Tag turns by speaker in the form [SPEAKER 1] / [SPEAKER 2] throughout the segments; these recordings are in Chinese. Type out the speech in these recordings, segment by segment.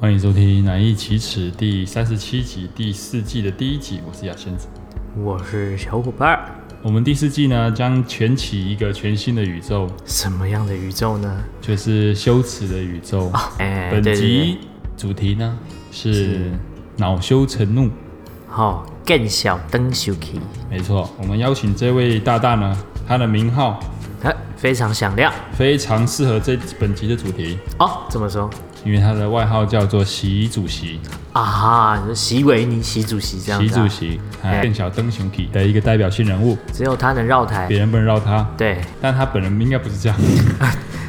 [SPEAKER 1] 欢迎收听《难易启齿》第三十七集，第四季的第一集。我是雅仙子。
[SPEAKER 2] 我是小伙伴儿。
[SPEAKER 1] 我们第四季呢，将全起一个全新的宇宙，
[SPEAKER 2] 什么样的宇宙呢？
[SPEAKER 1] 就是羞耻的宇宙。
[SPEAKER 2] 哎、
[SPEAKER 1] 本
[SPEAKER 2] 对对
[SPEAKER 1] 集
[SPEAKER 2] 对，
[SPEAKER 1] 主题呢是
[SPEAKER 2] 是
[SPEAKER 1] 恼羞成怒。
[SPEAKER 2] 好、更小灯手 k
[SPEAKER 1] 没错，我们邀请这位大大呢，他的名号
[SPEAKER 2] 哎，非常响亮
[SPEAKER 1] 非常适合这本集的主题，
[SPEAKER 2] 哦。怎么说
[SPEAKER 1] 因为他的外号叫做习主席。
[SPEAKER 2] 啊？哈，你说习维尼、习主席这样
[SPEAKER 1] 习
[SPEAKER 2] 子、啊，
[SPEAKER 1] 主席，哎，
[SPEAKER 2] 哎
[SPEAKER 1] 变小灯熊体的一个代表性人物，
[SPEAKER 2] 只有他能绕台。
[SPEAKER 1] 别人不能绕他。
[SPEAKER 2] 对，
[SPEAKER 1] 但他本人应该不是 这样，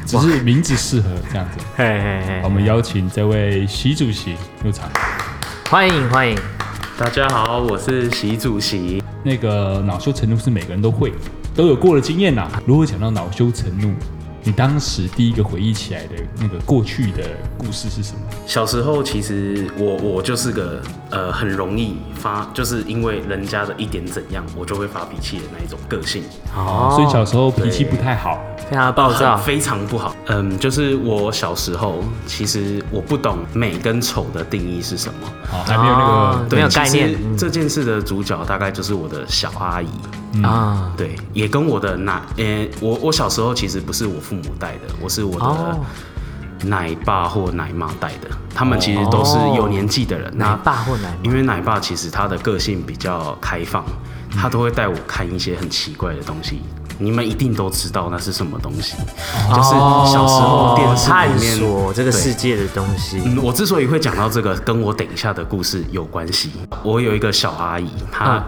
[SPEAKER 1] 只是名字适合这样子。
[SPEAKER 2] 嘿嘿
[SPEAKER 1] 我
[SPEAKER 2] 嘿，
[SPEAKER 1] 们邀请这位习主席入场。
[SPEAKER 2] 欢迎欢迎。
[SPEAKER 3] 大家好，我是习主席。
[SPEAKER 1] 那个恼羞成怒是每个人都会，都有过的经验呐、如果讲到恼羞成怒，你当时第一个回忆起来的那个过去的故事是什么？
[SPEAKER 3] 小时候其实我我就是个呃很容易发，就是因为人家的一点怎样，我就会发脾气的那一种个性，
[SPEAKER 2] 哦，
[SPEAKER 1] 所以小时候脾气不太好，
[SPEAKER 2] 非常的暴
[SPEAKER 3] 很
[SPEAKER 2] 躁。
[SPEAKER 3] 非常不好。嗯，就是我小时候其实我不懂美跟丑的定义是什么，
[SPEAKER 1] 好、还没有那个
[SPEAKER 3] 啊
[SPEAKER 2] 哦没有概念
[SPEAKER 3] 其实这件事的主角大概就是我的小阿姨，
[SPEAKER 1] 嗯
[SPEAKER 2] 啊，
[SPEAKER 3] 对，也跟我的奶，呃、我我小时候其实不是我父母带的，我是我
[SPEAKER 1] 嗯
[SPEAKER 2] 哦
[SPEAKER 3] 的奶爸或奶妈带的，他们其实都是
[SPEAKER 2] 哦
[SPEAKER 3] 有年纪的人。
[SPEAKER 2] 奶爸或奶
[SPEAKER 3] 因
[SPEAKER 2] 妈
[SPEAKER 3] 为奶爸其实他的个性比较开放，他都会带我看一些很奇怪的东西。你们一定都知道那是什么东西，就是
[SPEAKER 1] 哦
[SPEAKER 3] 小时候电
[SPEAKER 2] 哦
[SPEAKER 3] 视
[SPEAKER 2] 探
[SPEAKER 3] 里面
[SPEAKER 2] 索这个
[SPEAKER 3] 对
[SPEAKER 2] 世界的东西。
[SPEAKER 3] 嗯，我之所以会讲到这个，跟我等一下的故事有关系。我有一个小阿姨，她
[SPEAKER 2] 嗯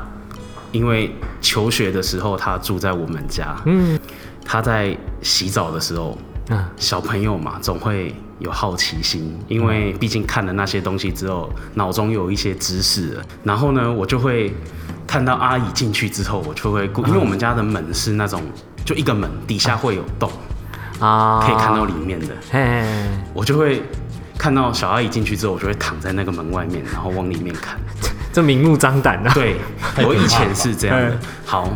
[SPEAKER 3] 因为求学的时候，她住在我们家。
[SPEAKER 2] 嗯
[SPEAKER 3] 她在洗澡的时候，
[SPEAKER 2] 啊，
[SPEAKER 3] 小朋友嘛，总会有好奇心，因为
[SPEAKER 2] 嗯
[SPEAKER 3] 毕竟看了那些东西之后，脑中有一些知识了。然后呢，我就会看到阿姨进去之后，我就会顾，
[SPEAKER 2] 嗯
[SPEAKER 3] 因为我们家的门是那种就一个门，底下会有洞，
[SPEAKER 2] 啊，
[SPEAKER 3] 可以看到里面的。
[SPEAKER 2] 嘿。嘿，嘿
[SPEAKER 3] 我就会看到小阿姨进去之后，我就会躺在那个门外面，然后往里面 看。
[SPEAKER 2] 这明目张胆的、啊。
[SPEAKER 3] 对，
[SPEAKER 1] 太可怕了
[SPEAKER 3] 我以前是这样的
[SPEAKER 2] 嗯。
[SPEAKER 3] 好，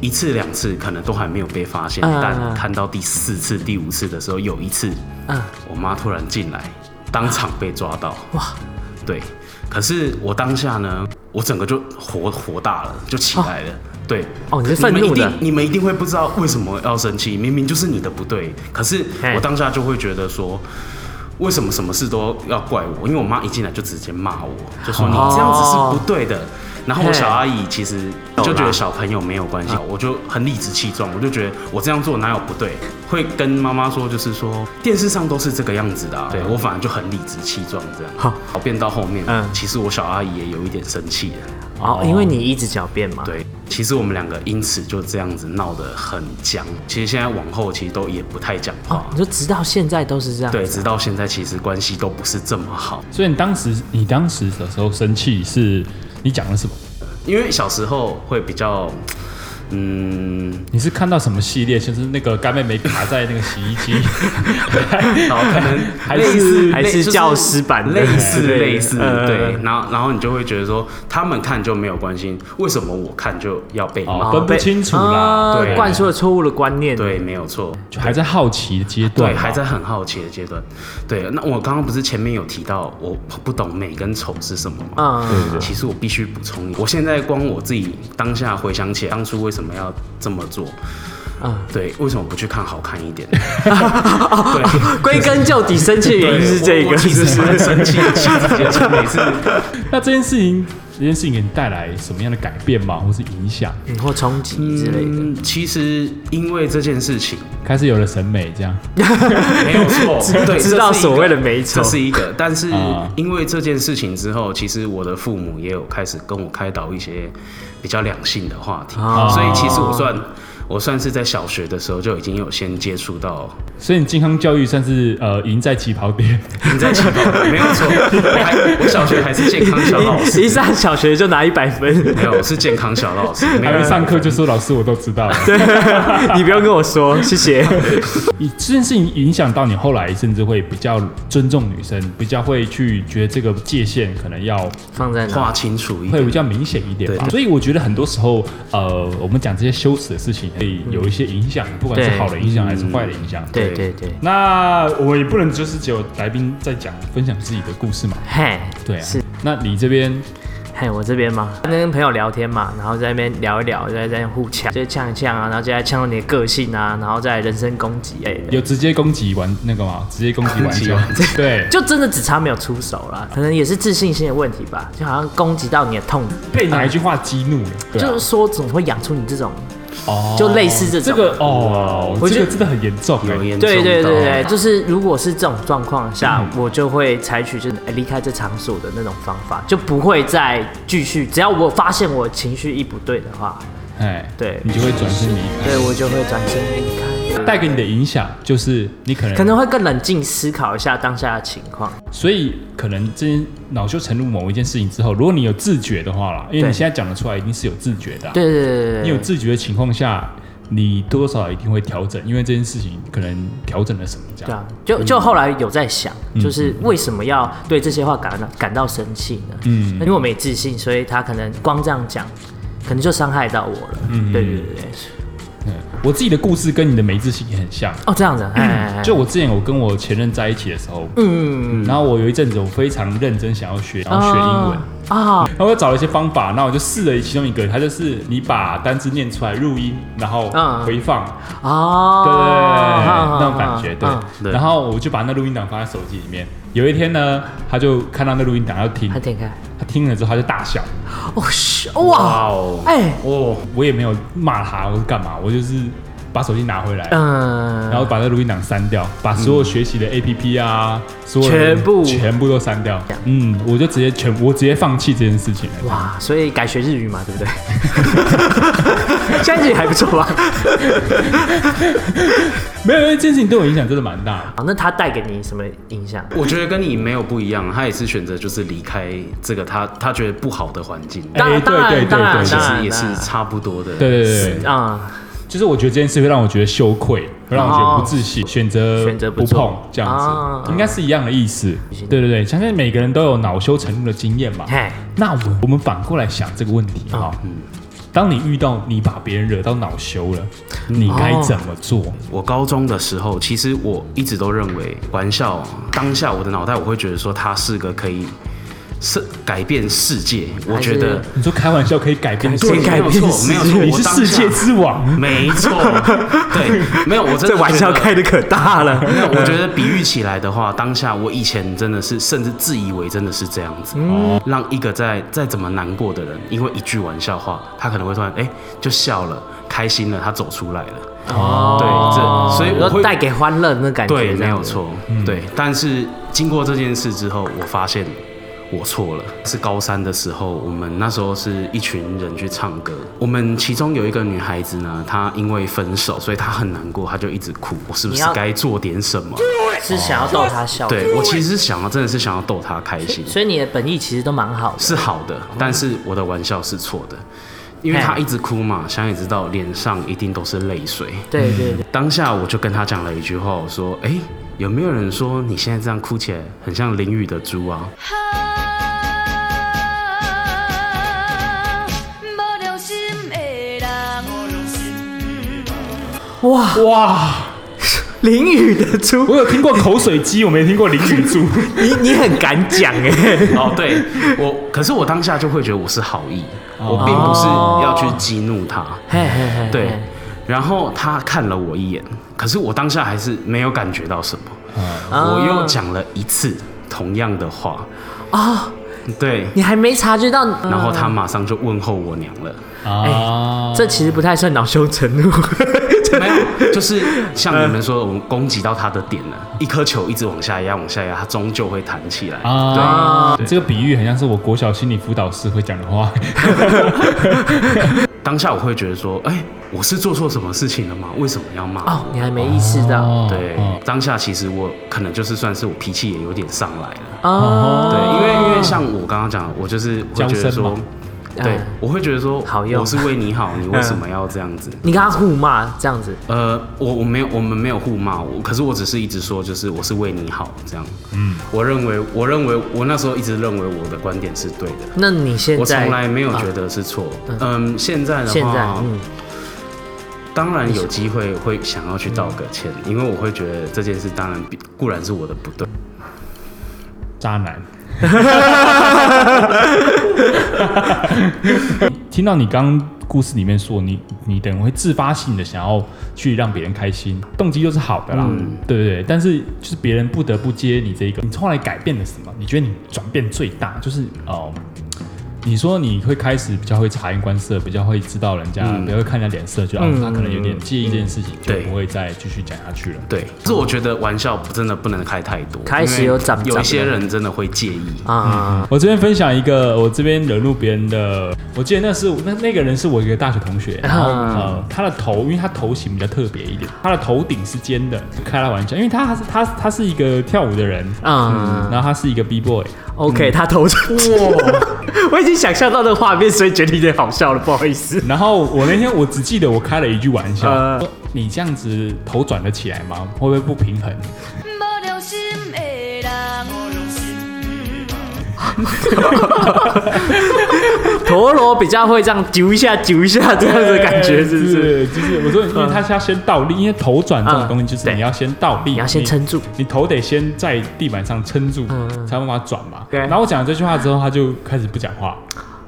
[SPEAKER 3] 一次两次可能都还没有被发现，
[SPEAKER 2] 嗯
[SPEAKER 3] 但看到第四次、第五次的时候，有一次
[SPEAKER 2] 嗯，
[SPEAKER 3] 我妈突然进来，当场被抓到。
[SPEAKER 2] 哇，
[SPEAKER 3] 对，可是我当下呢，我整个就火火大了，就起来了。对，
[SPEAKER 2] 哦你
[SPEAKER 3] 可
[SPEAKER 2] 是愤
[SPEAKER 3] 们一
[SPEAKER 2] 怒的
[SPEAKER 3] 定你们一定会不知道为什么要生气，明明就是你的不对，可是
[SPEAKER 2] 嘿
[SPEAKER 3] 我当下就会觉得说。为什么什么事都要怪我？因为我妈一进来就直接骂我，就说你
[SPEAKER 2] 哦
[SPEAKER 3] 这样子是不对的。然后我
[SPEAKER 2] 嘿
[SPEAKER 3] 小阿姨其实
[SPEAKER 2] 懂
[SPEAKER 3] 就觉得
[SPEAKER 2] 啦
[SPEAKER 3] 小朋友没有关
[SPEAKER 2] 啊
[SPEAKER 3] 系，我就很理直气壮，我就觉得我这样做哪有不对，会跟妈妈说，就是说电视上都是这个样子的、啊。对我反而就很理直气壮这样。
[SPEAKER 2] 好，
[SPEAKER 3] 变到后面，
[SPEAKER 2] 嗯
[SPEAKER 3] 其实我小阿姨也有一点生气了。
[SPEAKER 2] 哦，因为你一直狡辩嘛。
[SPEAKER 3] 对，其实我们两个因此就这样子闹得很僵。其实现在往后其实都也不太讲
[SPEAKER 2] 哦
[SPEAKER 3] 话，，
[SPEAKER 2] 你说直到现在都是这样子啊。
[SPEAKER 3] 对，直到现在其实关系都不是这么好。
[SPEAKER 1] 所以你当时你当时的时候生气是你讲了什么？
[SPEAKER 3] 因为小时候会比较，嗯，
[SPEAKER 1] 你是看到什么系列？就是那个干妹妹卡在那个洗衣 机，
[SPEAKER 3] 然后可能
[SPEAKER 1] 还
[SPEAKER 3] 类
[SPEAKER 1] 是
[SPEAKER 3] 似
[SPEAKER 2] 还是
[SPEAKER 3] 类就
[SPEAKER 2] 教师版的
[SPEAKER 3] 类 似
[SPEAKER 2] 对
[SPEAKER 3] 类似，
[SPEAKER 2] 呃
[SPEAKER 3] 对。然后然后你就会觉得说，他们看就没有关心，为什么我看就要被骂？
[SPEAKER 1] 哦分不
[SPEAKER 2] 被
[SPEAKER 1] 清楚啦，
[SPEAKER 2] 啊
[SPEAKER 3] 对
[SPEAKER 2] 灌输了错误的观念。
[SPEAKER 3] 对，没有错。
[SPEAKER 1] 就还在好奇的阶段
[SPEAKER 3] 对，
[SPEAKER 1] 嘛，
[SPEAKER 3] 还在很好奇的阶段。对，那我刚刚不是前面有提到我不懂美跟丑是什么吗？
[SPEAKER 2] 嗯，
[SPEAKER 3] 其实我必须补充一，我现在光我自己当下回想起来，当初为什么要这么做？
[SPEAKER 2] 嗯
[SPEAKER 3] 对，为什么不去看好看一点？对，
[SPEAKER 2] 哦 归根究底，生气的 原因是这
[SPEAKER 3] 我我
[SPEAKER 2] 个，
[SPEAKER 3] 其
[SPEAKER 2] 是
[SPEAKER 3] 实
[SPEAKER 2] 不是？
[SPEAKER 3] 蛮生气的，气直接就每次
[SPEAKER 1] 那这件事情，这件事情给你带来什么样的改变吗，或是影响？
[SPEAKER 2] 嗯或冲击 之类的。
[SPEAKER 3] 嗯，其实因为这件事情，
[SPEAKER 1] 开始有了审美，这样
[SPEAKER 3] 没有 错，对，
[SPEAKER 2] 知道
[SPEAKER 3] 这是一个
[SPEAKER 2] 所谓的美丑
[SPEAKER 3] 这是一个。但是
[SPEAKER 1] 啊
[SPEAKER 3] 因为这件事情之后，其实我的父母也有开始跟我开导一些比较两性的话题，
[SPEAKER 2] 哦
[SPEAKER 3] 所以其实我算我算是在小学的时候就已经有先接触 到
[SPEAKER 1] 所以你健康教育算是呃赢在起跑点，
[SPEAKER 3] 你在起跑，没有错。我还我小学还是健康小老
[SPEAKER 2] 一 一
[SPEAKER 3] 师，
[SPEAKER 2] 上小学就拿一百分，
[SPEAKER 3] 没有，我是健康小老师，没
[SPEAKER 1] 还
[SPEAKER 3] 有
[SPEAKER 1] 没上课就说老师我都知道了。对，
[SPEAKER 2] 你不用跟我说，谢谢。
[SPEAKER 1] 你这件事情影响到你后来，甚至会比较尊重女生，比较会去觉得这个界限可能要
[SPEAKER 2] 放在哪？
[SPEAKER 3] 划清楚一
[SPEAKER 1] 会
[SPEAKER 3] 点
[SPEAKER 1] 比。较明显一点吧。
[SPEAKER 3] 对
[SPEAKER 1] 所以我觉得很多时候，呃，我们讲这些羞耻的事情，会有一些影响，不管是
[SPEAKER 2] 对
[SPEAKER 1] 好的影响还是
[SPEAKER 3] 嗯
[SPEAKER 1] 坏的影响。
[SPEAKER 2] 对对对，
[SPEAKER 1] 那我们也不能就是只有来宾在讲分享自己的故事嘛，
[SPEAKER 2] 嘿，
[SPEAKER 1] 对啊
[SPEAKER 2] 是。
[SPEAKER 1] 那你这边
[SPEAKER 2] 嘿，我这边嘛，跟朋友聊天嘛，然后在那边聊一聊，就在那边互呛，就呛一呛啊，然后就在呛到你的个性啊，然后再来人身攻击哎类的，
[SPEAKER 1] 有直接攻击玩那个吗？直接攻击玩
[SPEAKER 3] 攻击
[SPEAKER 1] 家
[SPEAKER 3] 玩，
[SPEAKER 1] 对，
[SPEAKER 2] 就真的只差没有出手啦，可能也是自信心的问题吧，就好像攻击到你的痛点，
[SPEAKER 1] 被哪一句话激怒了？对啊
[SPEAKER 2] 就是说怎么会养出你这种，
[SPEAKER 1] 哦
[SPEAKER 2] 就类似这
[SPEAKER 1] 这
[SPEAKER 2] 种
[SPEAKER 1] 个哦，
[SPEAKER 2] 我
[SPEAKER 1] 这
[SPEAKER 2] 觉
[SPEAKER 1] 个
[SPEAKER 2] 得
[SPEAKER 1] 真的很严重
[SPEAKER 3] 有
[SPEAKER 1] 哎。
[SPEAKER 3] 严重
[SPEAKER 2] 对对
[SPEAKER 3] 到
[SPEAKER 2] 对对，就是如果是这种状况下，我就会采取就是哎离开这场所的那种方法，就不会再继续，只要我发现我情绪一不对的话，
[SPEAKER 1] 哎，
[SPEAKER 2] 对
[SPEAKER 1] 你就会转身离
[SPEAKER 2] 对我就会转身离开。
[SPEAKER 1] 开，带给你的影响就是你可能
[SPEAKER 2] 可能会更冷静思考一下当下的情况。
[SPEAKER 1] 所以可能这件恼羞成怒某一件事情之后，如果你有自觉的话啦，因为
[SPEAKER 2] 对
[SPEAKER 1] 你现在讲得出来，一定是有自觉的啊、
[SPEAKER 2] 对对对对对，
[SPEAKER 1] 你有自觉的情况下，你多多少少一定会调整，因为这件事情可能调整了什么这
[SPEAKER 2] 对
[SPEAKER 1] 样。
[SPEAKER 2] 啊，就就后来有在想，就是为什么要对这些话感到感到生气呢？
[SPEAKER 1] 嗯
[SPEAKER 2] 嗯，因为我没自信，所以他可能光这样讲，可能就伤害到我了。嗯，对对对对，
[SPEAKER 1] 嗯，我自己的故事跟你的没自信也很像。
[SPEAKER 2] 哦，这样子，哎哎，哎
[SPEAKER 1] 就我之前我跟我前任在一起的时候，嗯，然后我有一阵子我非常认真想要学，然后学英文。
[SPEAKER 2] 啊，啊
[SPEAKER 1] 然后我找了一些方法，那我就试了其中一个，它就是你把单字念出来录音，然后
[SPEAKER 2] 嗯
[SPEAKER 1] 回放，
[SPEAKER 2] 哦，
[SPEAKER 1] 对对对
[SPEAKER 2] 啊
[SPEAKER 1] 对
[SPEAKER 2] 啊
[SPEAKER 1] 那种感觉，
[SPEAKER 2] 啊啊
[SPEAKER 1] 对。
[SPEAKER 3] 对
[SPEAKER 1] 然后我就把那录音档放在手机里面。有一天呢，他就看到那录音档要听
[SPEAKER 2] 他，点开，
[SPEAKER 1] 他听了之后他就大笑。
[SPEAKER 2] 哦是
[SPEAKER 3] 哇
[SPEAKER 2] 哇，
[SPEAKER 3] 哦，
[SPEAKER 2] 哎
[SPEAKER 3] 哦，
[SPEAKER 1] 我也没有骂他，我是干嘛？我就是把手机拿回来，
[SPEAKER 2] 嗯，
[SPEAKER 1] 然后把那录音档删掉，把所有学习的 A P P 啊，所有
[SPEAKER 2] 全部
[SPEAKER 1] 全部都删掉。嗯，我就直接全我直接放弃这件事情了。
[SPEAKER 2] 哇，所以改学日语嘛，对不对？现在日语还不错吧？
[SPEAKER 1] 没有，因为这件事情对我影响真的蛮大的。
[SPEAKER 2] 好，那他带给你什么影响？
[SPEAKER 3] 我觉得跟你没有不一样，他也是选择就是离开这个他他觉得不好的环境，
[SPEAKER 1] 哎
[SPEAKER 2] 当然，
[SPEAKER 1] 对
[SPEAKER 2] 当然，
[SPEAKER 1] 对对
[SPEAKER 2] 当然，
[SPEAKER 1] 对
[SPEAKER 3] 啊其
[SPEAKER 2] 当
[SPEAKER 3] 实
[SPEAKER 2] 然
[SPEAKER 3] 也
[SPEAKER 2] 当
[SPEAKER 3] 是
[SPEAKER 2] 然
[SPEAKER 3] 差不多的。
[SPEAKER 1] 对对对对，
[SPEAKER 2] 啊，
[SPEAKER 1] 就是我觉得这件事会让我觉得羞愧，会让我觉得不自信，选择
[SPEAKER 2] 哦选择不
[SPEAKER 1] 不碰
[SPEAKER 2] 做
[SPEAKER 1] 这样子，
[SPEAKER 2] 啊
[SPEAKER 1] 应该是一样的意思。
[SPEAKER 2] 行
[SPEAKER 1] 对对对，相信每个人都有恼羞成怒的经验嘛。
[SPEAKER 2] 嘿，哦
[SPEAKER 1] 那我们我们反过来想这个问题哈、当你遇到你把别人惹到恼羞了，
[SPEAKER 2] 嗯
[SPEAKER 1] 你
[SPEAKER 2] 哦
[SPEAKER 1] 该怎么做？
[SPEAKER 3] 我高中的时候，其实我一直都认为玩笑当下我的脑袋，我会觉得说它是个可以是改变世界。我觉得
[SPEAKER 1] 你说开玩笑可以改变世
[SPEAKER 3] 对，
[SPEAKER 1] 界，
[SPEAKER 2] 改变
[SPEAKER 3] 没
[SPEAKER 2] 世
[SPEAKER 3] 有错，
[SPEAKER 2] 界
[SPEAKER 3] 没有错，
[SPEAKER 1] 你
[SPEAKER 3] 我
[SPEAKER 1] 是
[SPEAKER 3] 当下
[SPEAKER 1] 世界之王。
[SPEAKER 3] 没 错，对，没有，我真的
[SPEAKER 2] 这玩笑
[SPEAKER 3] 觉得
[SPEAKER 2] 开的可大了。
[SPEAKER 3] 没有，我觉得比喻起来的话，当下我以前真的是，甚至自以为真的是这样子，
[SPEAKER 1] 嗯
[SPEAKER 3] 让一个再再怎么难过的人，因为一句玩笑话，他可能会突然哎、就笑了，开心了，他走出来了。
[SPEAKER 2] 哦
[SPEAKER 3] 对这所以我
[SPEAKER 2] 说
[SPEAKER 3] 会
[SPEAKER 2] 带给欢乐那感觉，
[SPEAKER 3] 对，
[SPEAKER 2] 这
[SPEAKER 3] 没
[SPEAKER 2] 样
[SPEAKER 3] 有
[SPEAKER 2] 子。嗯
[SPEAKER 3] 错，对。但是经过这件事之后，我发现我错了。是高三的时候，我们那时候是一群人去唱歌，我们其中有一个女孩子呢，她因为分手，所以她很难过，她就一直哭。我是不
[SPEAKER 2] 你
[SPEAKER 3] 是
[SPEAKER 2] 要啊
[SPEAKER 3] 该做点什么？
[SPEAKER 2] 是想要逗他笑。
[SPEAKER 3] 对我其实是想要，真的是想要逗她开心，
[SPEAKER 2] 所以你的本意其实都蛮好的。
[SPEAKER 3] 是好的，但是我的玩笑是错的。因为
[SPEAKER 2] 哦嘿
[SPEAKER 3] 她一直哭嘛，想也知道脸上一定都是泪水。
[SPEAKER 2] 对对对，
[SPEAKER 3] 当下我就跟他讲了一句话，我说：“哎、有没有人说你现在这样哭起来很像淋雨的猪啊
[SPEAKER 4] 啊，无良心的人。
[SPEAKER 2] 哇，
[SPEAKER 1] 哇，
[SPEAKER 2] 淋雨的 猪，
[SPEAKER 1] 我有听过口水鸡，我没听过淋雨 猪。
[SPEAKER 2] 你你很敢讲哎？”。
[SPEAKER 3] 哦，对我，可是我当下就会觉得我是好意，我并不是要去激怒他。
[SPEAKER 2] 嘿嘿嘿，
[SPEAKER 3] 对
[SPEAKER 2] 嘿，
[SPEAKER 3] 然后他看了我一眼，可是我当下还是没有感觉到什么。
[SPEAKER 2] 啊
[SPEAKER 3] 我又讲了一次同样的话，
[SPEAKER 2] 哦，
[SPEAKER 3] 对，
[SPEAKER 2] 你还没察觉到，
[SPEAKER 3] 然后他马上就问候我娘了。
[SPEAKER 1] 啊，
[SPEAKER 2] 这其实不太算恼羞成怒，
[SPEAKER 3] 没有，就是像你们说，我们攻击到他的点了，一颗球一直往下压，往下压，它终究会弹起来。
[SPEAKER 1] 啊，这个比喻很像是我国小心理辅导师会讲的话。
[SPEAKER 3] 当下我会觉得说，哎、我是做错什么事情了吗？为什么要骂我？
[SPEAKER 2] 哦，你还没意识到
[SPEAKER 1] 哦
[SPEAKER 3] 对，
[SPEAKER 1] 哦
[SPEAKER 3] 当下其实我可能就是算是我脾气也有点上来了。
[SPEAKER 2] 哦，
[SPEAKER 3] 对，因为因为像我刚刚讲，我就是会觉
[SPEAKER 1] 娇
[SPEAKER 3] 得
[SPEAKER 1] 生
[SPEAKER 3] 说
[SPEAKER 1] 嘛，
[SPEAKER 3] 对
[SPEAKER 2] 嗯，
[SPEAKER 3] 我会觉得说，
[SPEAKER 2] 好用嗯
[SPEAKER 3] 我是为你好，你为什么要这样子？
[SPEAKER 2] 你跟他互骂这样子，
[SPEAKER 3] 呃，我我没有，我们没有互骂，我可是我只是一直说，就是我是为你好这样。嗯，我认为，我认为，我那时候一直认为我的观点是对的，
[SPEAKER 2] 那你现
[SPEAKER 3] 我
[SPEAKER 2] 在
[SPEAKER 3] 从来没有觉
[SPEAKER 2] 啊
[SPEAKER 3] 嗯得是错。嗯，现在的话，
[SPEAKER 2] 现在嗯
[SPEAKER 3] 当然有机会会想要去道
[SPEAKER 2] 嗯
[SPEAKER 3] 个歉，因为我会觉得这件事当然比固然是我的不对，
[SPEAKER 1] 渣男。 听到你刚刚故事里面说，你你等于会自发性的想要去让别人开心，动机就是好的啦，对不对？但是就是别人不得不接你这个，你后来改变了什么？你觉得你转变最大就是哦。你说你会开始比较会察言观色，比较会知道人家，比较会看人家脸色，就、啊
[SPEAKER 2] 嗯
[SPEAKER 1] 他可能有点介意这件事情，就
[SPEAKER 3] 对
[SPEAKER 1] 不会再继续讲下去了。
[SPEAKER 3] 对，这我觉得玩笑真的不能开太多，
[SPEAKER 2] 开始
[SPEAKER 3] 因为
[SPEAKER 2] 有长
[SPEAKER 3] 有一些
[SPEAKER 2] 长
[SPEAKER 3] 人真的会介意，嗯
[SPEAKER 2] 啊，
[SPEAKER 1] 我这边分享一个，我这边惹怒别人的，我记得那是那那个人是我一个大学同学，然后呃，他的头，因为他头型比较特别一点，他的头顶是尖的，开他玩笑，因为他他他是一个跳舞的人，
[SPEAKER 2] 嗯
[SPEAKER 1] 然后他是一个 B boy，
[SPEAKER 2] ，OK，他头上， 我已经想象到那个画面，所以觉得有点好笑了，不好意思。
[SPEAKER 1] 然后我那天我只记得我开了一句玩笑，
[SPEAKER 2] 呃
[SPEAKER 1] 说你这样子头转得起来吗？会不会不平衡？
[SPEAKER 4] 无良心的人，
[SPEAKER 2] 陀螺比较会这样揪一下、揪一下这样子的感觉，是不是？？
[SPEAKER 1] 哎就是我说，因为他是要先倒立，因为头转这种东西，就是
[SPEAKER 2] 对
[SPEAKER 1] 你要先倒立，
[SPEAKER 2] 你要先撑住嗯
[SPEAKER 1] 你，你头得先在地板上撑住，才有办法转嘛。
[SPEAKER 2] 对
[SPEAKER 1] 然后我讲了这句话之后，他就开始不讲话。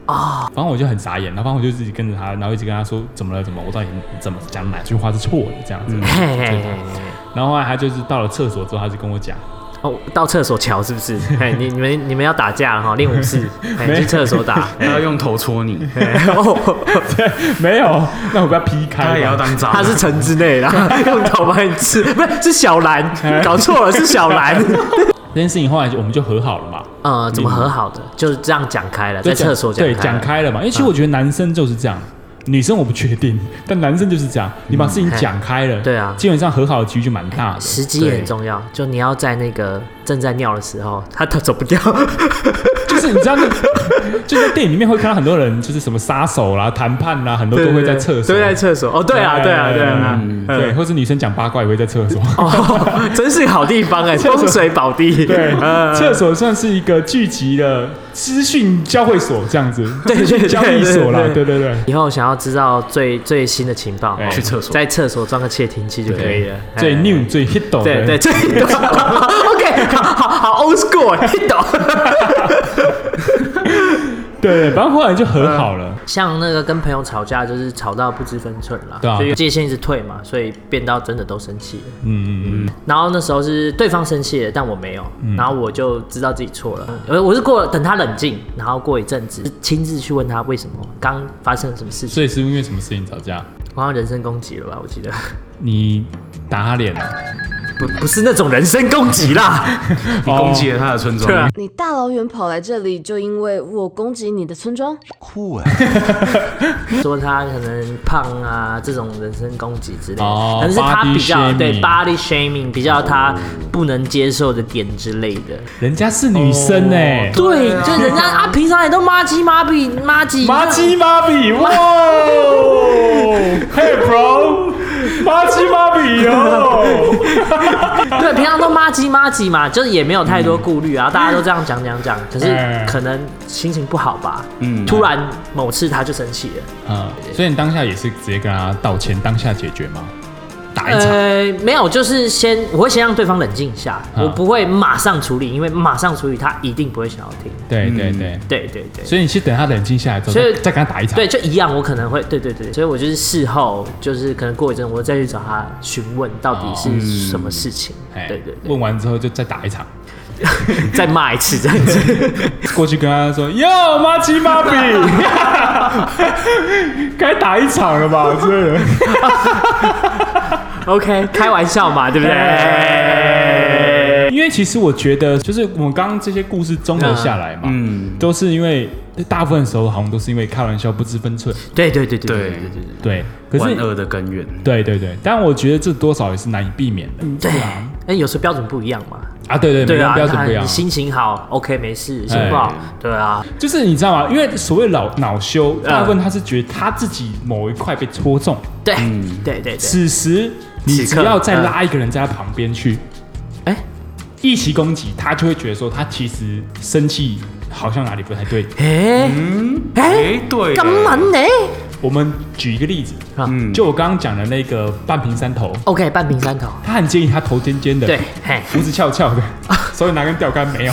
[SPEAKER 1] 啊，
[SPEAKER 2] 哦
[SPEAKER 1] 反正我就很傻眼，然后反正我就自己跟着他，然后一直跟他说怎么了，怎么了，我到底怎么讲哪句话是错的这样子。
[SPEAKER 2] 嘿嘿嘿嘿
[SPEAKER 1] 然后后来他就是到了厕所之后，他就跟我讲，
[SPEAKER 2] 哦，到厕所瞧是不 是？哎，你你们你们要打架了哈，练武 士，哎，去厕所 打。
[SPEAKER 3] 他要用头 戳你，
[SPEAKER 2] 哦，
[SPEAKER 1] 没有，那我不要劈 开吧，
[SPEAKER 2] 哎
[SPEAKER 3] 他也要当渣男，
[SPEAKER 2] 他是城之内 啦，用头把你刺，不是是小 兰，搞错了，是小 兰。
[SPEAKER 1] 这件事情后来就我们就和好了嘛。
[SPEAKER 2] 呃，怎么和好的？就是这样讲开了，在厕所
[SPEAKER 1] 对
[SPEAKER 2] 开
[SPEAKER 1] 讲
[SPEAKER 2] 了。嗯
[SPEAKER 1] 开了嘛，因为其实我觉得男生就是这样，女生我不确定，但男生就是这样，你把事情讲开了，
[SPEAKER 2] 嗯对啊
[SPEAKER 1] 基本上和好的几率就蛮大的。
[SPEAKER 2] 时机也很重要，就你要在那个正在尿的时候，他他走不掉。
[SPEAKER 1] 就是你知道那，就是在电影里面会看到很多人，就是什么杀手啦、谈判啦，很多都会在厕所，
[SPEAKER 2] 都会在厕所。哦， 对啊，对啊，对啊，
[SPEAKER 1] 嗯
[SPEAKER 2] 嗯
[SPEAKER 1] 对，或是女生讲八卦也会在厕所。
[SPEAKER 2] 哦，真是好地 方哎，风水宝地。
[SPEAKER 1] 对，
[SPEAKER 2] 嗯
[SPEAKER 1] 厕所算是一个聚集的资讯交汇所，这样子，
[SPEAKER 2] 对对
[SPEAKER 1] 资讯交易所啦，对
[SPEAKER 2] 对对
[SPEAKER 1] 对对。
[SPEAKER 2] 以后想要知道最最新的情报，
[SPEAKER 1] 哎
[SPEAKER 2] 哦
[SPEAKER 3] 去厕所
[SPEAKER 2] 在厕所装个窃听器就可以了。哎
[SPEAKER 1] 最 new 最 hit 的，
[SPEAKER 2] 对 对最 OK，好好好 old school，你欸懂。
[SPEAKER 1] 对，反正后来就和好了。
[SPEAKER 2] 像那个跟朋友吵架，就是吵到不知分寸啦，
[SPEAKER 1] 对啊
[SPEAKER 2] 所以界限一直退嘛，所以变到真的都生气了。
[SPEAKER 1] 嗯嗯嗯，
[SPEAKER 2] 然后那时候是对方生气了，但我没有，然后我就知道自己错了。呃我我是过了等他冷静，然后过一阵子亲自去问他为什么刚发生了什么事情，
[SPEAKER 1] 所以是因为什么事情吵架？
[SPEAKER 2] 我好像人身攻击了吧？我记得
[SPEAKER 1] 你打他脸啊了，
[SPEAKER 2] 不不是那种人身攻击啦，
[SPEAKER 1] 你
[SPEAKER 3] 你攻击了他的村庄，
[SPEAKER 2] 对啊
[SPEAKER 5] 你大老远跑来这里，就因为我攻击你的村庄？
[SPEAKER 2] 说他可能胖啊这种人身攻击之类的，
[SPEAKER 1] 哦
[SPEAKER 2] 可能是他
[SPEAKER 1] body
[SPEAKER 2] 比较
[SPEAKER 1] shaming
[SPEAKER 2] 对 body shaming 比较他不能接受的点之类的。
[SPEAKER 1] 人家是女生哎、
[SPEAKER 2] 对，就人家啊，平常也都妈鸡妈比妈鸡
[SPEAKER 1] 麻鸡麻比哇，Hey bro，麻鸡麻比哟，
[SPEAKER 2] 对，平常都妈鸡妈鸡嘛，就是也没有太多顾虑
[SPEAKER 1] 嗯
[SPEAKER 2] 啊，大家都这样讲讲讲，可是
[SPEAKER 1] 哎
[SPEAKER 2] 可能心情不好吧，
[SPEAKER 3] 嗯
[SPEAKER 2] 突然某次他就生气了，
[SPEAKER 1] 啊，所以你当下也是直接跟他道歉，当下解决吗？打一场，
[SPEAKER 2] 呃，没有，就是先我会先让对方冷静一下，
[SPEAKER 1] 啊
[SPEAKER 2] 我不会马上处理，因为马上处理他一定不会想要听，
[SPEAKER 1] 对对对，
[SPEAKER 2] 对对对。
[SPEAKER 1] 所以你是等他冷静下来之后，
[SPEAKER 2] 所以
[SPEAKER 1] 再再跟他打一场，
[SPEAKER 2] 对，就一样，我可能会，对对对，所以我就是事后，就是可能过一阵，我再去找他询问到底是什么事情，
[SPEAKER 1] 哎，
[SPEAKER 2] 对对对，
[SPEAKER 1] 问完之后就再打一场，
[SPEAKER 2] 再骂一次这样子。
[SPEAKER 1] 过去跟他说哟，麻鸡麻比， 该打一场了吧，这人。
[SPEAKER 2] OK，开玩笑嘛，对不
[SPEAKER 1] 哎
[SPEAKER 2] 对？
[SPEAKER 1] 因为其实我觉得，就是我们刚刚这些故事综合下来嘛，
[SPEAKER 3] 嗯
[SPEAKER 1] 都是因为大部分时候好像都是因为开玩笑不知分寸，
[SPEAKER 2] 对对对对
[SPEAKER 3] 对
[SPEAKER 2] 对对
[SPEAKER 1] 对。可
[SPEAKER 3] 万
[SPEAKER 1] 是，
[SPEAKER 3] 恶的根源，
[SPEAKER 1] 对对对，但我觉得这多少也是难以避免的
[SPEAKER 2] 对对。那有时候标准不一样嘛。
[SPEAKER 1] 啊。对对，每
[SPEAKER 2] 对
[SPEAKER 1] 个人
[SPEAKER 2] 啊，
[SPEAKER 1] 标准不一
[SPEAKER 2] 那
[SPEAKER 1] 样哎
[SPEAKER 2] 你，心情好，OK，没事；心情不好，对啊，
[SPEAKER 1] 就是你知道吗？因为所谓老恼羞，
[SPEAKER 2] 嗯
[SPEAKER 1] 大部分他是觉得他自己某一块被戳中，
[SPEAKER 2] 对
[SPEAKER 1] 嗯
[SPEAKER 2] 对对对。
[SPEAKER 1] 此时你
[SPEAKER 2] 此
[SPEAKER 1] 只
[SPEAKER 2] 刻
[SPEAKER 1] 要再
[SPEAKER 2] 嗯
[SPEAKER 1] 拉一个人在他旁边去，
[SPEAKER 2] 哎，
[SPEAKER 1] 一起攻击，他就会觉得说他其实生气好像哪里不太对，
[SPEAKER 2] 哎哎，
[SPEAKER 1] 嗯
[SPEAKER 3] 哎，对，
[SPEAKER 5] 干嘛？呢？
[SPEAKER 1] 我们举一个例子，
[SPEAKER 2] 啊
[SPEAKER 3] 嗯
[SPEAKER 1] 就我刚刚讲的那个半平山头，
[SPEAKER 2] ，OK，半瓶山头，
[SPEAKER 1] 他很建议他头尖尖的，
[SPEAKER 2] 对，啊嘿，
[SPEAKER 1] 胡子翘翘的， 所以拿根钓竿 没有。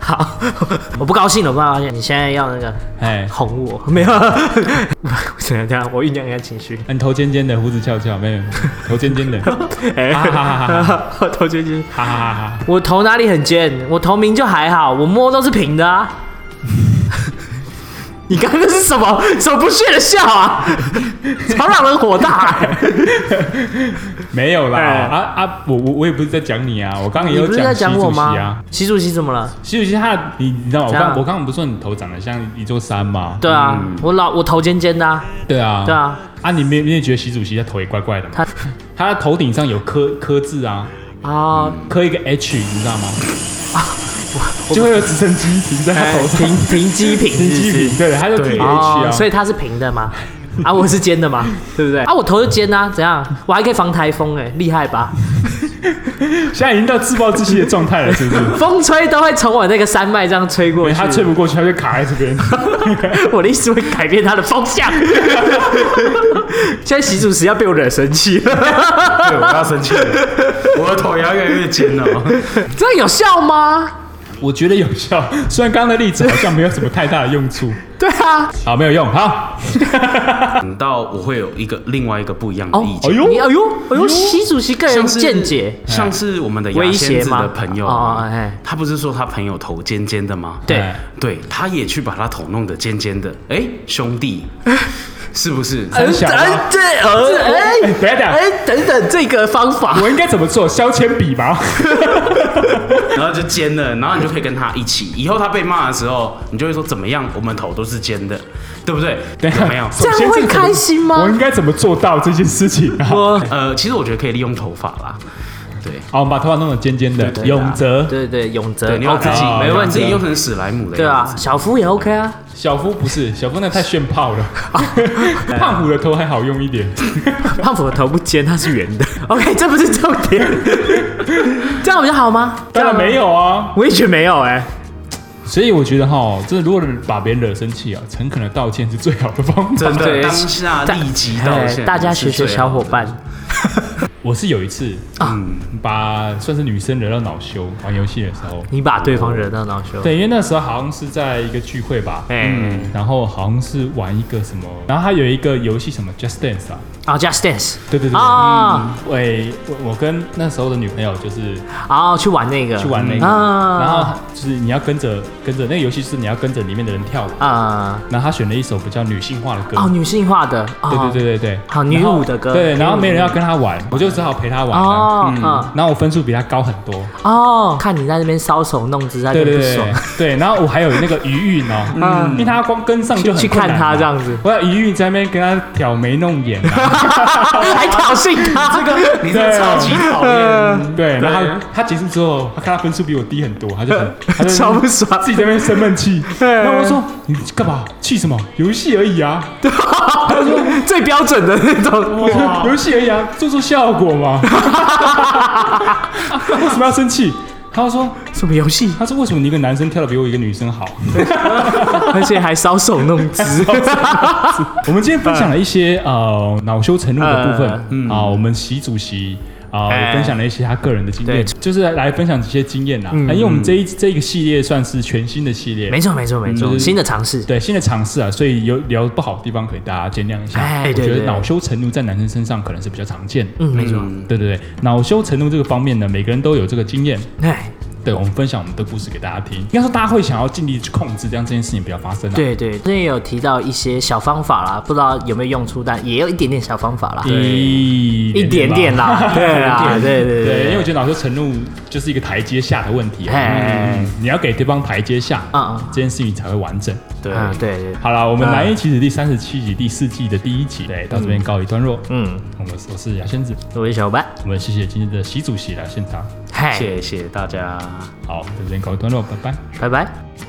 [SPEAKER 2] 好， 我不高兴了，我不高兴，你现在要那个
[SPEAKER 1] 哎，
[SPEAKER 2] 哄我， 没有，怎样怎样，我酝酿一下情绪，
[SPEAKER 1] 你头尖尖的，胡子翘翘，没有，头尖尖的，哈
[SPEAKER 2] 哎
[SPEAKER 1] 哈哈哈哈，
[SPEAKER 2] 我头尖尖，
[SPEAKER 1] 哈哈哈哈。
[SPEAKER 2] 啊我头哪里很尖？我头明就还好，我摸都是平的啊。 你刚刚那是什么什么不屑的笑啊？ 超让人火大、欸！
[SPEAKER 1] 没有啦，
[SPEAKER 2] 哎
[SPEAKER 1] 啊啊，我我我也不是在讲你啊，我刚刚也
[SPEAKER 2] 你
[SPEAKER 1] 有
[SPEAKER 2] 不是在讲
[SPEAKER 1] 习
[SPEAKER 2] 我
[SPEAKER 1] 主席
[SPEAKER 2] 吗
[SPEAKER 1] 啊。？
[SPEAKER 2] 习主席怎么了？
[SPEAKER 1] 习主席他的，你你知道吗我
[SPEAKER 2] 怎样
[SPEAKER 1] 刚我刚刚不是说你头长得像一座山吗？
[SPEAKER 2] 对啊，我老我头尖尖的、啊，
[SPEAKER 1] 对啊，
[SPEAKER 2] 对啊，
[SPEAKER 1] 啊，你没有没有觉得习主席他头也怪怪的吗？
[SPEAKER 2] 他
[SPEAKER 1] 他的头顶上有刻刻字啊，
[SPEAKER 2] 啊，
[SPEAKER 1] 刻一个 H，你知道吗？就会有直升机停在他头上，
[SPEAKER 2] 平平基平
[SPEAKER 1] 停机坪，对，他就
[SPEAKER 3] 对
[SPEAKER 1] 贴 H
[SPEAKER 2] 哦
[SPEAKER 1] 啊，，
[SPEAKER 2] 所以它是平的嘛？啊，我是尖的 嘛，对不对？啊，我头是尖啊，怎样？我还可以防台风、哎，厉害吧？
[SPEAKER 1] 现在已经到自暴自弃的状态了，是不是？
[SPEAKER 2] 风吹都会从我那个山脉这样吹过
[SPEAKER 1] 对，
[SPEAKER 2] 去，
[SPEAKER 1] 他吹不过去，他就卡在这边。
[SPEAKER 2] 我的意思会改变他的方向。 现在习主席要被我惹生气了，
[SPEAKER 3] 对，我要生气了，我的头也要越来越尖了。
[SPEAKER 2] 这样有效吗？
[SPEAKER 1] 我觉得有效，虽然刚刚的例子好像没有什么太大的用 处，
[SPEAKER 2] 对啊，
[SPEAKER 1] 好，没有用，好，
[SPEAKER 3] 等到我会有一个另外一个不一样的意
[SPEAKER 1] 哎
[SPEAKER 3] 见。
[SPEAKER 1] 呦，
[SPEAKER 2] 你哎呦哎呦，习主席个人
[SPEAKER 3] 像是
[SPEAKER 2] 见解
[SPEAKER 3] 像是我们的牙
[SPEAKER 2] 威胁
[SPEAKER 3] 仙子
[SPEAKER 2] 吗？
[SPEAKER 3] 的朋友
[SPEAKER 2] 哦哦
[SPEAKER 3] 啊，
[SPEAKER 2] 哎，
[SPEAKER 3] 他不是说他朋友头尖尖的吗？
[SPEAKER 2] 对
[SPEAKER 1] 哎，
[SPEAKER 3] 对，他也去把他头弄得尖尖的。哎、兄弟，
[SPEAKER 2] 哎
[SPEAKER 3] 是不是？
[SPEAKER 2] 嗯
[SPEAKER 1] 很小啊。
[SPEAKER 2] 这呃
[SPEAKER 1] 哎
[SPEAKER 2] 哎
[SPEAKER 1] 等一下
[SPEAKER 2] 哎等等，这个方法
[SPEAKER 1] 我应该怎么做？削铅笔吗？
[SPEAKER 3] 然后就尖了，然后你就可以跟他一起。以后他被骂的时候，你就会说怎么样？我们头都是尖的，对不对？
[SPEAKER 1] 等一下
[SPEAKER 3] 怎么样？
[SPEAKER 1] 首先
[SPEAKER 2] 这样会
[SPEAKER 1] 是怎么
[SPEAKER 2] 开心吗
[SPEAKER 1] 我应该怎么做到这件事 情啊？
[SPEAKER 2] 我
[SPEAKER 3] 呃，其实我觉得可以利用头发啦。对，
[SPEAKER 1] 好，我们把头发弄得尖尖的
[SPEAKER 3] 对，对
[SPEAKER 1] 永泽、
[SPEAKER 2] 对对，哦永泽
[SPEAKER 3] 对，你把自己
[SPEAKER 2] OK，没
[SPEAKER 3] 把
[SPEAKER 2] 问
[SPEAKER 3] 自己
[SPEAKER 2] 题
[SPEAKER 3] 用。成史莱姆的
[SPEAKER 2] 对
[SPEAKER 3] 样
[SPEAKER 2] 啊，
[SPEAKER 3] 子。
[SPEAKER 2] 小夫也 OK 啊，
[SPEAKER 1] 小夫不是小夫，那太炫炮 了。胖虎的头还好用一点，
[SPEAKER 2] 胖虎的头不尖，它是圆的。OK，这 不是重点，这样比较好吗？
[SPEAKER 1] 当然
[SPEAKER 2] 这样吗
[SPEAKER 1] 没，有啊。
[SPEAKER 2] 我也觉得没有哎。
[SPEAKER 1] 所以我觉得哈，真的如果把别人惹生气啊，诚恳的道歉是最好的方法。
[SPEAKER 3] 真的，
[SPEAKER 2] 对
[SPEAKER 3] 当下立即道
[SPEAKER 2] 哎
[SPEAKER 3] 歉。
[SPEAKER 2] 大家学学小伙
[SPEAKER 3] 是
[SPEAKER 2] 伴。
[SPEAKER 1] 我是有一次嗯
[SPEAKER 2] 啊
[SPEAKER 1] 把算是女生惹到恼羞，玩游戏的时候，
[SPEAKER 2] 你把对方惹到恼羞。，
[SPEAKER 1] 对，嗯因为那时候好像是在一个聚会吧，
[SPEAKER 2] 哎，
[SPEAKER 1] 然后好像是玩一个什么，然后他有一个游戏什么 Just Dance 啊，
[SPEAKER 2] 啊，Just Dance
[SPEAKER 1] 对对对，嗯
[SPEAKER 2] 啊，
[SPEAKER 1] 喂，我我跟那时候的女朋友就是
[SPEAKER 2] 啊，去玩那个，
[SPEAKER 1] 去玩那个，
[SPEAKER 2] 啊
[SPEAKER 1] 然后就是你要跟着跟着那个游戏是你要跟着里面的人跳舞，
[SPEAKER 2] 啊，
[SPEAKER 1] 然后他选了一首比较女性化的歌，
[SPEAKER 2] 哦，女性化的，
[SPEAKER 1] 对对
[SPEAKER 2] 哦
[SPEAKER 1] 对对对，
[SPEAKER 2] 好女
[SPEAKER 1] 然后
[SPEAKER 2] 舞的歌嗯
[SPEAKER 1] 对，然后没人要跟他玩，我就只好陪他玩了。
[SPEAKER 2] 哦，嗯，
[SPEAKER 1] 然后我分数比他高很多，
[SPEAKER 2] 哦，看你在那边搔首弄姿，在那
[SPEAKER 1] 对对
[SPEAKER 2] 边
[SPEAKER 1] 对
[SPEAKER 2] 不爽
[SPEAKER 1] 对，对，然后我还有那个余韵哦，
[SPEAKER 2] 嗯
[SPEAKER 1] 因为他光跟上就很
[SPEAKER 2] 去去
[SPEAKER 1] 困
[SPEAKER 2] 看
[SPEAKER 1] 难
[SPEAKER 2] 他
[SPEAKER 1] 嘛
[SPEAKER 2] 这样子
[SPEAKER 1] 我有余韵在那边跟他挑眉弄眼啊，
[SPEAKER 2] 还挑衅他，这个
[SPEAKER 3] 你是
[SPEAKER 2] 哦
[SPEAKER 3] 超级讨
[SPEAKER 2] 啊
[SPEAKER 3] 厌，
[SPEAKER 1] 对，然后
[SPEAKER 3] 对
[SPEAKER 1] 他他结束之后，他看他分数比我低很多，他就很 他就
[SPEAKER 2] 超不爽
[SPEAKER 1] 自己在那边生闷 气。然后我就说你干嘛气什么？游戏而已啊，
[SPEAKER 2] 最标准的那种，
[SPEAKER 1] 游戏而已啊，做做效果 嘛。 为什么要生气？他就说
[SPEAKER 2] 什么游戏，
[SPEAKER 1] 他说为什么你一个男生跳的比我一个女生好？
[SPEAKER 2] 而且还搔首弄姿，
[SPEAKER 1] 我们今天分享了一些呃恼羞成怒的部
[SPEAKER 2] 呃
[SPEAKER 1] 分啊，我们习主席。啊，
[SPEAKER 2] 哎
[SPEAKER 1] 也分享了一些他个人的经
[SPEAKER 2] 对嗯
[SPEAKER 1] 验，就是来分享这些经验啦。啊因为我们这一这一个系列算是全新的系列，
[SPEAKER 2] 没错没错没
[SPEAKER 1] 就
[SPEAKER 2] 错，
[SPEAKER 1] 是
[SPEAKER 2] 嗯新的尝试，
[SPEAKER 1] 对新的尝试啊，所以有聊不好的地方，可以大家见谅一下。
[SPEAKER 2] 哎
[SPEAKER 1] 我
[SPEAKER 2] 对
[SPEAKER 1] 觉
[SPEAKER 2] 对
[SPEAKER 1] 得恼羞成怒在男生身上可能是比较常见的。
[SPEAKER 2] 嗯，没错，
[SPEAKER 3] 嗯
[SPEAKER 1] 对对对，恼羞成怒这个方面呢，每个人都有这个经验。
[SPEAKER 2] 哎，
[SPEAKER 1] 对，我们分享我们的故事给大家听。应该说，大家会想要尽力去控制，这样这件事情不要发生、啊。，
[SPEAKER 2] 对对，这也有提到一些小方法啦，不知道有没有用处，但也有一点点小方法啦，
[SPEAKER 1] 嗯一
[SPEAKER 2] 一点点
[SPEAKER 1] 吧
[SPEAKER 2] 啦，对啊，对对
[SPEAKER 1] 对，因为我
[SPEAKER 2] 对，
[SPEAKER 1] 觉得恼羞成怒就是一个台阶下的问题、啊，
[SPEAKER 2] 哎，
[SPEAKER 1] 你要给对方台阶下，
[SPEAKER 2] 嗯嗯
[SPEAKER 1] 这件事情才会完整。
[SPEAKER 3] 对
[SPEAKER 2] 嗯，对对，
[SPEAKER 1] 好了，我们
[SPEAKER 2] 嗯
[SPEAKER 1] 《男一起子》第三十七集第四季的第一集，对，到这边告一段落。
[SPEAKER 2] 嗯，
[SPEAKER 1] 我们我是牙仙子，
[SPEAKER 2] 我是小伙伴，
[SPEAKER 1] 我们谢谢今天的习主席来现场。
[SPEAKER 2] 嗨，
[SPEAKER 3] 谢谢大家。
[SPEAKER 1] 好，在这边告一段落，拜拜。
[SPEAKER 2] 拜拜。